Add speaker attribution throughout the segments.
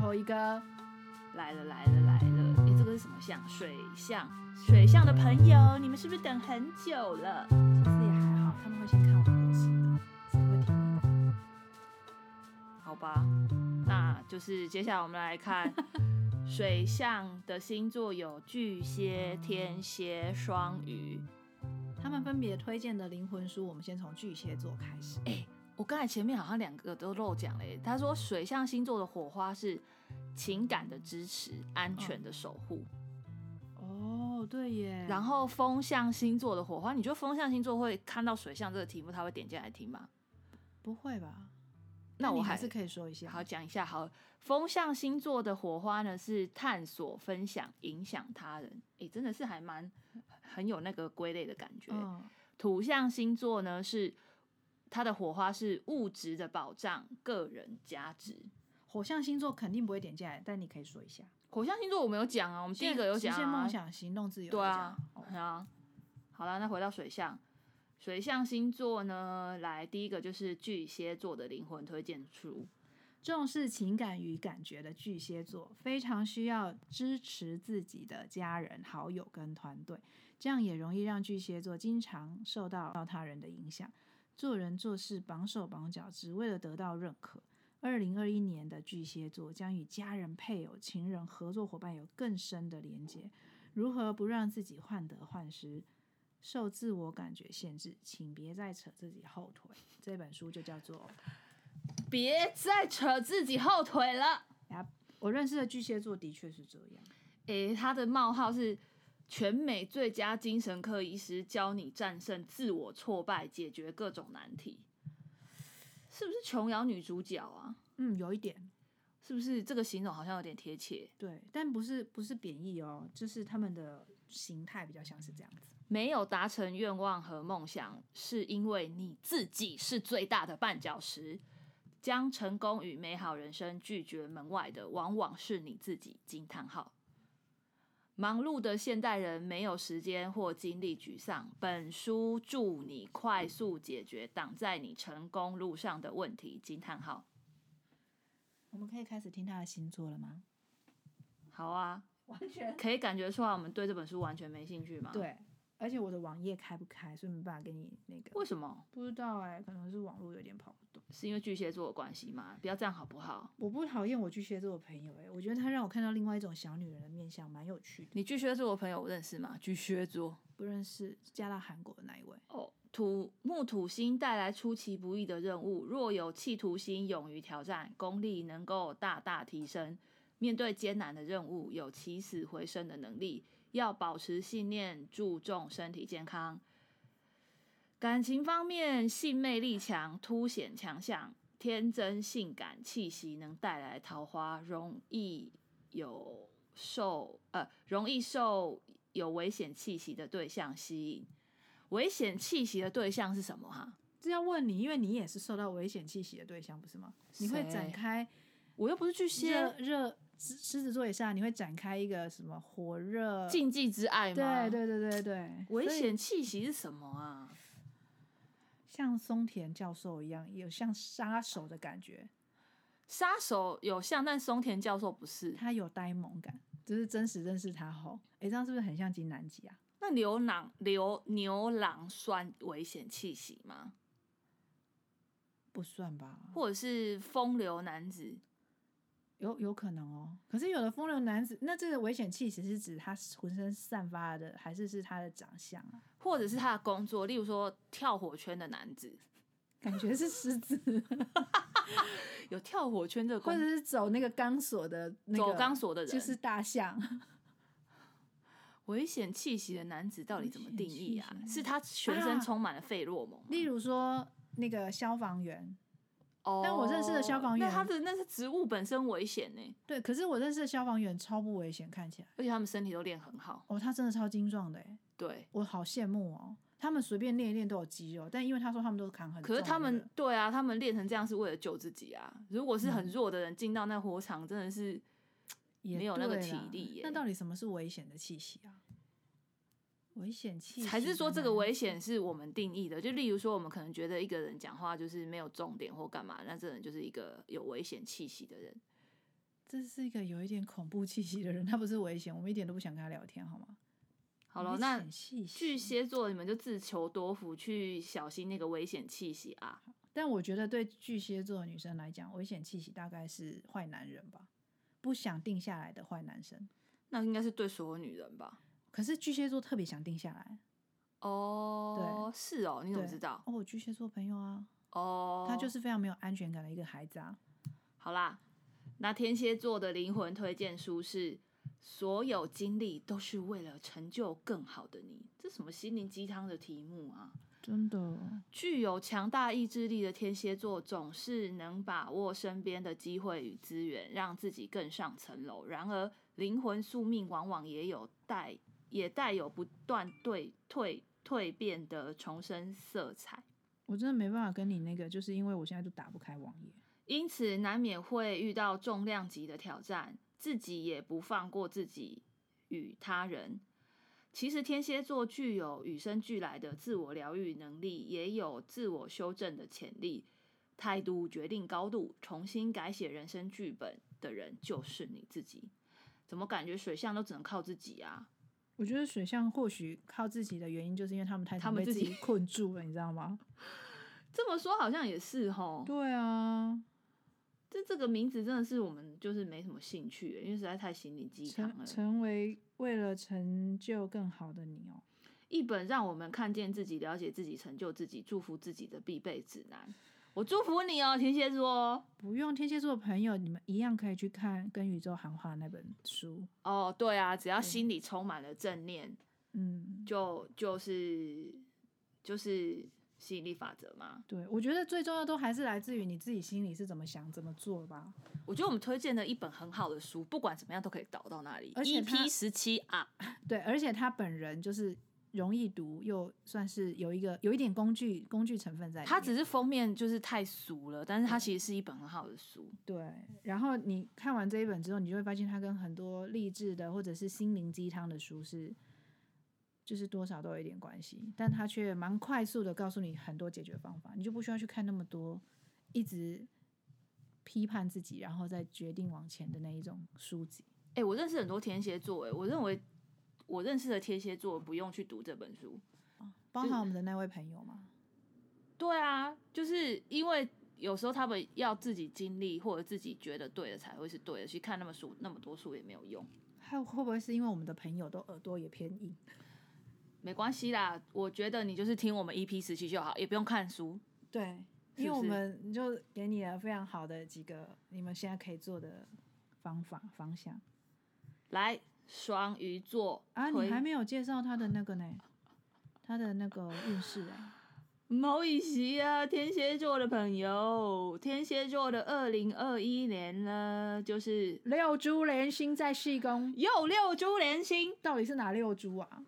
Speaker 1: 后一个来了来了来了，诶，这个是什么象？水象，水象的朋友，你们是不是等很久了？其实也还好，他们会先看完故事的，谁会听你的？好吧，那就是接下来我们来 看水象的星座有巨蟹、天蝎、双鱼。
Speaker 2: 他们分别推荐的灵魂书，我们先从巨蟹座开始。
Speaker 1: 哎我刚才前面好像两个都漏讲了耶。他说水象星座的火花是情感的支持、安全的守护，
Speaker 2: 哦，对耶然
Speaker 1: 然
Speaker 2: 后
Speaker 1: 后风象星座的火花，你觉得风象星座会看到水象这个题目，他会点进来听吗？
Speaker 2: 不会吧？
Speaker 1: 那
Speaker 2: 你
Speaker 1: 我
Speaker 2: 还
Speaker 1: 还
Speaker 2: 是可以说一下。
Speaker 1: 好，讲一下。好，风象星座的火花呢是探索、分享、影响他人，诶，真的是还蛮很有那个归类的感觉。
Speaker 2: 嗯，
Speaker 1: 土象星座呢是它的火花是物质的保障、个人价值。
Speaker 2: 火象星座肯定不会点进来，但你可以说一下。
Speaker 1: 火象星座我们有讲啊，我们第一个有
Speaker 2: 实
Speaker 1: 讲
Speaker 2: 现
Speaker 1: 啊
Speaker 2: 梦，想，行动自由。
Speaker 1: 对啊
Speaker 2: 有讲，哦
Speaker 1: 对啊。好了，那回到水象，水象星座呢，来第一个就是巨蟹座的灵魂推荐书，
Speaker 2: 重视情感与感觉的巨蟹座，非常需要支持自己的家人、好友跟团队，这样也容易让巨蟹座经常受到到他人的影响，做人做事绑手绑脚，只为了得到认可。二零二一年的巨蟹座将与家人、配偶、情人、合作伙伴有更深的连接。如何不让自己患得患失，受自我感觉限制？请别再扯自己后腿。这本书就叫做
Speaker 1: 别再扯自己后腿了。
Speaker 2: 我认识的巨蟹座的确是这样，
Speaker 1: 诶、他的冒号是全美最佳精神科医师，教你战胜自我挫败，解决各种难题。是不是琼瑶女主角啊？
Speaker 2: 嗯，有一点
Speaker 1: 是不是这个形容好像有点贴切？
Speaker 2: 对，但不是不是贬义哦，就是他们的形态比较像是这样子。
Speaker 1: 没有达成愿望和梦想，是因为你自己是最大的绊脚石。将成功与美好人生拒绝门外的，往往是你自己。惊叹号！忙碌的现代人没有时间或精力沮丧。本书助你快速解决挡在你成功路上的问题。惊叹号！
Speaker 2: 我们可以开始听他的星座了吗？
Speaker 1: 好啊，
Speaker 2: 完全
Speaker 1: 可以感觉出来我们对这本书完全没兴趣吗？，
Speaker 2: 对，而且我的网页开不开，所以没办法给你那个。
Speaker 1: 为什么？
Speaker 2: 不知道哎、可能是网络有点跑不动。
Speaker 1: 是因为巨蟹座的关系吗？不要这样好不好？
Speaker 2: 我不讨厌我巨蟹座的朋友哎、我觉得他让我看到另外一种小女人的面相，蛮有趣的。
Speaker 1: 你巨蟹座的朋友我认识吗？巨蟹座
Speaker 2: 不认识嫁到韩国的那一位，
Speaker 1: 哦，土木土星带来出其不意的任务，若有企图心，勇于挑战，功力能够大大提升。面对艰难的任务，有起死回生的能力。要保持信念，注重身体健康。感情方面，性魅力强，凸显强项，天真性感气息能带来桃花，容易有受呃容易受有危险气息的对象吸引。危险气息的对象是什么哈、啊
Speaker 2: 这要问你，因为你也是受到危险气息的对象，不是吗？你会展
Speaker 1: 谁
Speaker 2: 开
Speaker 1: 我又不是巨
Speaker 2: 热
Speaker 1: 蟹，
Speaker 2: 热狮狮子座以啊下，你会展开一个什么火热？
Speaker 1: 禁忌之爱吗？
Speaker 2: 对，对对对对，
Speaker 1: 危
Speaker 2: 所以
Speaker 1: 险气息是什么啊？
Speaker 2: 像松田教授一样，有像杀手的感觉，
Speaker 1: 杀手有像，但松田教授不是。
Speaker 2: 他有呆萌感，就是真实认识他后，诶，这样是不是很像金南吉啊？
Speaker 1: 那牛郎牛牛郎酸危险气息吗？
Speaker 2: 不算吧，
Speaker 1: 或者是风流男子？
Speaker 2: 有有可能哦。可是有的风流男子，那这个危险气息是指他浑身散发的，还是是他的长相啊？
Speaker 1: 或者是他的工作，例如说跳火圈的男子，
Speaker 2: 感觉是狮子，
Speaker 1: 有跳火圈这个
Speaker 2: 或
Speaker 1: 工
Speaker 2: 者是走那个钢索的那个
Speaker 1: 走钢索的人，
Speaker 2: 就是大 象。
Speaker 1: 危险气息的男子到底怎么定义啊
Speaker 2: 危险？气息
Speaker 1: 是他全身
Speaker 2: 啊
Speaker 1: 充满了费洛蒙吗？
Speaker 2: 例如说那个消防员，
Speaker 1: 哦，
Speaker 2: 但我认识的消防员
Speaker 1: 那他的那是植物本身危险呢，
Speaker 2: 对，可是我认识的消防员超不危险，看起来
Speaker 1: 而且他们身体都练很好，
Speaker 2: 哦，他真的超精壮的诶，
Speaker 1: 对。
Speaker 2: 我好羡慕哦。他们随便练一练都有肌肉，但因为他说他们都扛很重
Speaker 1: 可
Speaker 2: 的
Speaker 1: 是
Speaker 2: 人，
Speaker 1: 他们对啊，他们练成这样是为了救自己啊。如果是
Speaker 2: 嗯
Speaker 1: 很弱的人进到那火场，真的是
Speaker 2: 也
Speaker 1: 没有那个
Speaker 2: 对啦
Speaker 1: 体力耶
Speaker 2: 那到底什么是危险的气息啊？危险气息
Speaker 1: 还是说这个
Speaker 2: 呢
Speaker 1: 危险是我们定义的？就例如说，我们可能觉得一个人讲话就是没有重点或干嘛，那这人就是一个有危险气息的人。
Speaker 2: 这是一个有一点恐怖气息的人，他不是危险，我们一点都不想跟他聊天，好吗？
Speaker 1: 好了，那
Speaker 2: 危险气息
Speaker 1: 巨蟹座你们就自求多福，去小心那个危险气息啊。
Speaker 2: 但我觉得对巨蟹座的女生来讲，危险气息大概是坏男人吧，不想定下来的坏男生。
Speaker 1: 那应该是对所有女人吧？
Speaker 2: 可是巨蟹座特别想定下来，
Speaker 1: 哦，是哦，你怎么
Speaker 2: 对
Speaker 1: 知道？
Speaker 2: 哦，我巨蟹座朋友啊，
Speaker 1: 哦，
Speaker 2: 他就是非常没有安全感的一个孩子啊。
Speaker 1: 好啦。那天蝎座的灵魂推荐书是《所有经历都是为了成就更好的你》，这什么心灵鸡汤的题目啊？
Speaker 2: 真的，
Speaker 1: 具有强大意志力的天蝎座总是能把握身边的机会与资源，让自己更上层楼。然而，灵魂宿命往往也有带也带有不断对蜕蜕变的重生色彩，
Speaker 2: 我真的没办法跟你那个，就是因为我现在就打不开网页。
Speaker 1: 因此难免会遇到重量级的挑战，自己也不放过自己与他人。其实天蝎座具有与生俱来的自我疗愈能力，也有自我修正的潜力。态度决定高度，重新改写人生剧本的人就是你自己。怎么感觉水象都只能靠自己啊？
Speaker 2: 我觉得水象或许靠自己的原因，就是因为他们太
Speaker 1: 他
Speaker 2: 常
Speaker 1: 们
Speaker 2: 被
Speaker 1: 自
Speaker 2: 自
Speaker 1: 己
Speaker 2: 己困住了，你知道吗？
Speaker 1: 这么说好像也是吼，
Speaker 2: 对啊，
Speaker 1: 这这个名字真的是我们就是没什么兴趣，因为实在太心灵鸡汤
Speaker 2: 成
Speaker 1: 了。
Speaker 2: 成为为了成就更好的你哦。
Speaker 1: 一本让我们看见自己、了解自己、成就自己、祝福自己的必备指南。我祝福你哦，天蝎座。
Speaker 2: 不用天蝎座的朋友，你们一样可以去看《跟宇宙喊话》那本书。
Speaker 1: 哦，对啊，只要心里充满了正念，
Speaker 2: 嗯，
Speaker 1: 就就是就是吸引力法则嘛。
Speaker 2: 对，我觉得最重要都还是来自于你自己心里是怎么想、怎么做吧。
Speaker 1: 我觉得我们推荐的一本很好的书，不管怎么样都可以导到那里。
Speaker 2: 而且它
Speaker 1: EP 十七啊，
Speaker 2: 对，而且他本人就是容易读，又算是有一个有一点工具工具成分在里面。
Speaker 1: 它只是封面就是太俗了，但是它其实是一本很好的书。
Speaker 2: 对，然后你看完这一本之后，你就会发现它跟很多励志的或者是心灵鸡汤的书是，就是多少都有一点关系，但它却蛮快速的告诉你很多解决方法，你就不需要去看那么多，一直批判自己，然后再决定往前的那一种书籍。
Speaker 1: 哎、我认识很多天蝎座，哎，我认为我认识的天蝎座不用去读这本书。
Speaker 2: 包
Speaker 1: 就是
Speaker 2: 含我们的那位朋友嘛，
Speaker 1: 对啊，就是因为有时候他们要自己经历或者自己觉得对的才会是对的，去看那么书那么多书也没有用。
Speaker 2: 还有会不会是因为我们的朋友都耳朵也偏硬？
Speaker 1: 没关系啦，我觉得你就是听我们 E EP 时期就好，也不用看书。
Speaker 2: 对，因
Speaker 1: 是
Speaker 2: 为
Speaker 1: 不
Speaker 2: 我
Speaker 1: 是
Speaker 2: 们就给你了非常好的几个你们现在可以做的方法方向。
Speaker 1: 来，双鱼座
Speaker 2: 啊，
Speaker 1: 推
Speaker 2: 你还没有介绍他的那个呢，他的那个运势哎，
Speaker 1: 某以席啊，天蝎座的朋友，天蝎座的二零二一年呢，就是
Speaker 2: 六珠连星在戏宫，
Speaker 1: 又六珠连星。
Speaker 2: 到底是哪六珠啊？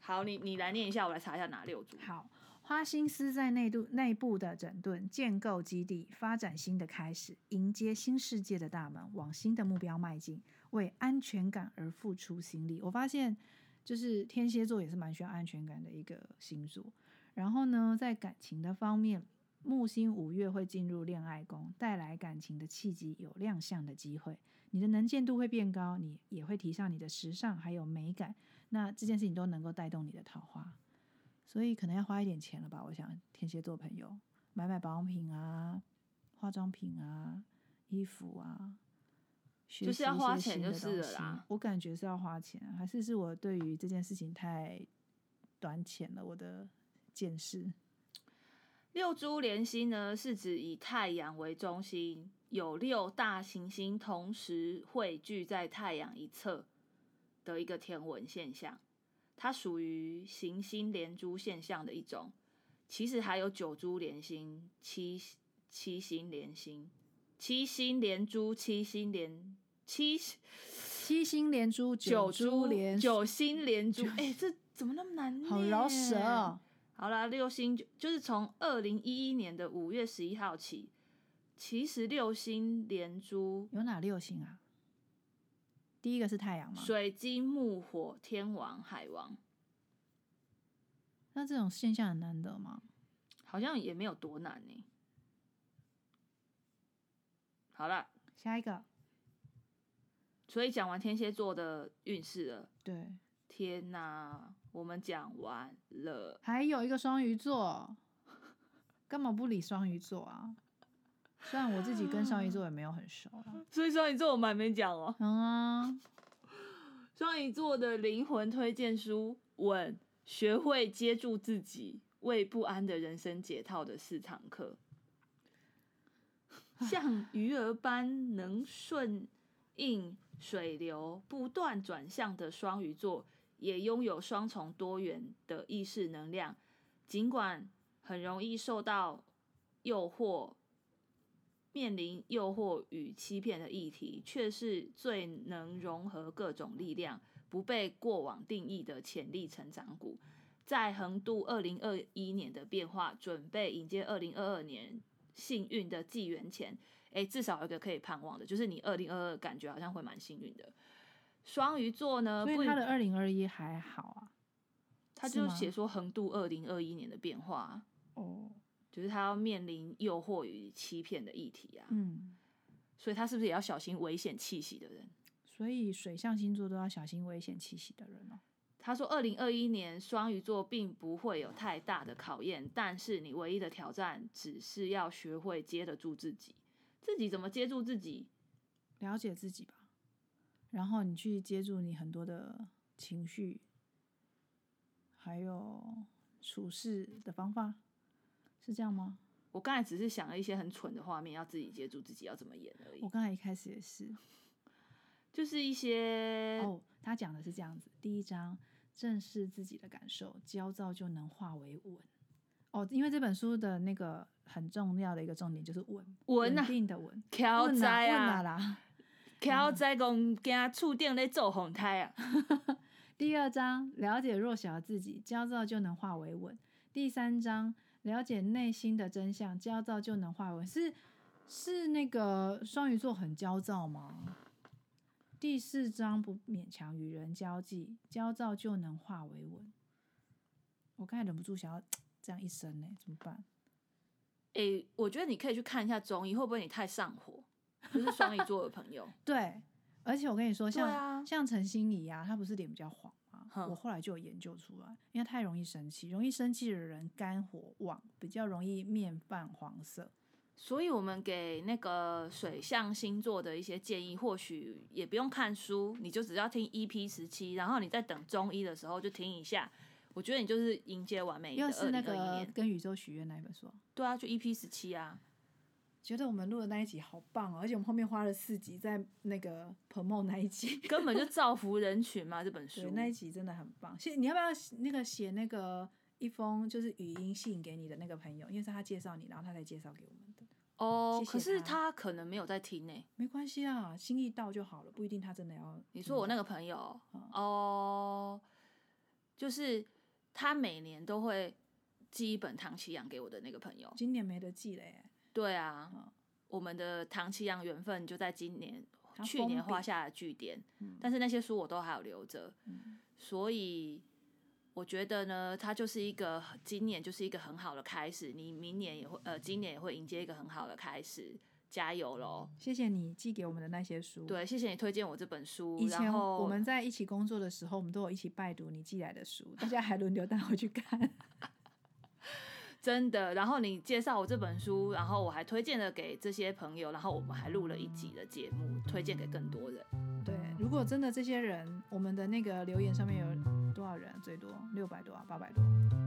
Speaker 1: 好，你你来念一下，我来查一下哪六珠。
Speaker 2: 好，花心思在内度内部的整顿、建构基地、发展新的开始，迎接新世界的大门，往新的目标迈进，为安全感而付出心力。我发现，就是天蝎座也是蛮需要安全感的一个星座。然后呢，在感情的方面，木星五月会进入恋爱宫，带来感情的契机，有亮相的机会。你的能见度会变高，你也会提上你的时尚还有美感，那这件事情都能够带动你的桃花，所以可能要花一点钱了吧？我想天蝎座朋友买买保养品啊、化妆品啊、衣服啊，学
Speaker 1: 就是
Speaker 2: 习
Speaker 1: 要
Speaker 2: 一
Speaker 1: 花
Speaker 2: 些
Speaker 1: 钱
Speaker 2: 新
Speaker 1: 就
Speaker 2: 的
Speaker 1: 是
Speaker 2: 东
Speaker 1: 了
Speaker 2: 西
Speaker 1: 啦
Speaker 2: 我感觉是要花钱啊，还是是我对于这件事情太短浅了，我的见识。
Speaker 1: 六珠连星呢，是指以太阳为中心，有六大行星同时汇聚在太阳一侧的一个天文现象。它属于行星连珠现象的一种。其实还有九珠连星、七七星连星、七星连珠、七星连七
Speaker 2: 七星连珠，
Speaker 1: 九
Speaker 2: 珠连，
Speaker 1: 九星连 珠。哎、这怎么那么难念？
Speaker 2: 好饶舌、哦。
Speaker 1: 好啦，六星就就是从二零一一年的五月十一号起，其实六星连珠、
Speaker 2: 有哪六星啊？第一个是太阳吗？
Speaker 1: 水金木火天王海王，
Speaker 2: 那这种现象很难得吗？
Speaker 1: 好像也没有多难呢、好啦，
Speaker 2: 下一个
Speaker 1: 所以讲完天蝎座的运势了，
Speaker 2: 对，
Speaker 1: 天哪，我们讲完了。
Speaker 2: 还有一个双鱼座，根本不理双鱼座啊。虽然我自己跟双鱼座也没有很熟啦，
Speaker 1: 所以双鱼座我们还没讲哦。
Speaker 2: 嗯啊，
Speaker 1: 双鱼座的灵魂推荐书《稳》，学会接住自己，为不安的人生解套的四堂课。像鱼儿般能顺应水流，不断转向的双鱼座，也拥有双重多元的意识能量。尽管很容易受到诱惑，面临诱惑与欺骗的议题，却是最能融合各种力量、不被过往定义的潜力成长股。在横渡二零二一年的变化，准备迎接二零二二年幸运的纪元前，诶，至少有一个可以盼望的，就是你二零二二感觉好像会蛮幸运的。双鱼座呢，
Speaker 2: 所
Speaker 1: 不
Speaker 2: 以他的二零二一还好啊。
Speaker 1: 他
Speaker 2: 是
Speaker 1: 就
Speaker 2: 吗
Speaker 1: 写说横渡二零二一年的变化，
Speaker 2: 哦，
Speaker 1: 就是他要面临诱惑与欺骗的议题啊，
Speaker 2: 嗯，
Speaker 1: 所以他是不是也要小心危险气息的人？
Speaker 2: 所以水象星座都要小心危险气息的人哦。
Speaker 1: 他说，二零二一年双鱼座并不会有太大的考验，但是你唯一的挑战只是要学会接得住自己，自己怎么接住自己？
Speaker 2: 了解自己吧，然后你去接住你很多的情绪，还有处事的方法，是这样吗？
Speaker 1: 我刚才只是想了一些很蠢的画面，要自己接住自己要怎么演而已
Speaker 2: 我，刚才一开始也是。
Speaker 1: 就是一些
Speaker 2: 哦，他讲的是这样子：第一章，正视自己的感受，焦躁就能化为稳。哦，因为这本书的那个很重要的一个重点就是稳，
Speaker 1: 稳啊
Speaker 2: 稳定的稳，
Speaker 1: 挑
Speaker 2: 稳啊
Speaker 1: 灾
Speaker 2: 稳啊
Speaker 1: 啊，
Speaker 2: 啦。嗯
Speaker 1: 挑灾公家触电在做红胎啊。
Speaker 2: 第二章了解弱小的自己，焦躁就能化为稳。第三章了解内心的真相，焦躁就能化为稳。是是那个双鱼座很焦躁吗？第四章不勉强与人交际，焦躁就能化为稳。我刚才忍不住想要这样一声呢、欸怎么办？
Speaker 1: 诶、我觉得你可以去看一下中医，会不会你太上火？就是双鱼座的朋 友，
Speaker 2: 对，而且我跟你说，像、
Speaker 1: 对啊
Speaker 2: 像陈心怡啊，她不是脸比较黄吗？
Speaker 1: 哼
Speaker 2: 我后来就有研究出来，因为她太容易生气，容易生气的人肝火旺，比较容易面泛黄色。
Speaker 1: 所以我们给那个水象星座的一些建议，或许也不用看书，你就只要听 EP 十七，然后你在等中医的时候就听一下。我觉得你就是迎接完美的
Speaker 2: 又
Speaker 1: 二
Speaker 2: 是那
Speaker 1: 零二一
Speaker 2: 个
Speaker 1: 年，
Speaker 2: 跟宇宙许愿那一本书啊，
Speaker 1: 对啊，就 EP 十七啊，
Speaker 2: 觉得我们录的那一集好棒哦，而且我们后面花了四集在那个 promo 那一集，
Speaker 1: 根本就造福人群嘛，这 本
Speaker 2: 对，
Speaker 1: 书。
Speaker 2: 那一集真的很棒。谢，你要不要那个写那个一封就是语音信给你的那个朋友，因为是他介绍你，然后他才介绍给我们的。
Speaker 1: 哦
Speaker 2: 谢，谢
Speaker 1: 可是他
Speaker 2: 他
Speaker 1: 可能没有在听呢、
Speaker 2: 没关系啊，心意到就好了，不一定他真的要。
Speaker 1: 你说我那个朋友
Speaker 2: 嗯
Speaker 1: 哦，就是他每年都会寄一本唐奇阳给我的那个朋友。
Speaker 2: 今年没得寄了耶，
Speaker 1: 对啊，
Speaker 2: 嗯
Speaker 1: 我们的唐奇阳缘分就在今年、
Speaker 2: 它
Speaker 1: 去
Speaker 2: 封
Speaker 1: 年
Speaker 2: 笔
Speaker 1: 画下了句点。
Speaker 2: 嗯
Speaker 1: 但是那些书我都还有留着，
Speaker 2: 嗯
Speaker 1: 所以我觉得呢，它就是一个今年就是一个很好的开始，你明年也会呃，今年也会迎接一个很好的开始，加油喽！
Speaker 2: 谢谢你寄给我们的那些书。，
Speaker 1: 对，谢谢你推荐我这本书。
Speaker 2: 嗯以前
Speaker 1: 然后
Speaker 2: 我们在一起工作的时候，我们都有一起拜读你寄来的书，大家还轮流带回去看。
Speaker 1: 真的，然后你介绍我这本书，然后我还推荐了给这些朋友，然后我们还录了一集的节目，推荐给更多人。
Speaker 2: 对，如果真的这些人，我们的那个留言上面有多少人？最多六百多啊，八百多，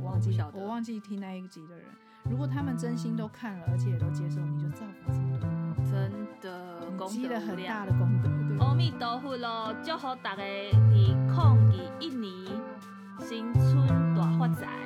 Speaker 2: 我忘
Speaker 1: 我不
Speaker 2: 记
Speaker 1: 晓得
Speaker 2: 我忘记听那一集的人。如果他们真心都看了，而且也都接受，你就造福这么多人，
Speaker 1: 真的，
Speaker 2: 你
Speaker 1: 功
Speaker 2: 积
Speaker 1: 德
Speaker 2: 了
Speaker 1: 无
Speaker 2: 很大
Speaker 1: 量。
Speaker 2: 的功德，对
Speaker 1: 阿弥陀佛咯，祝福大家二零二一年新春大发财。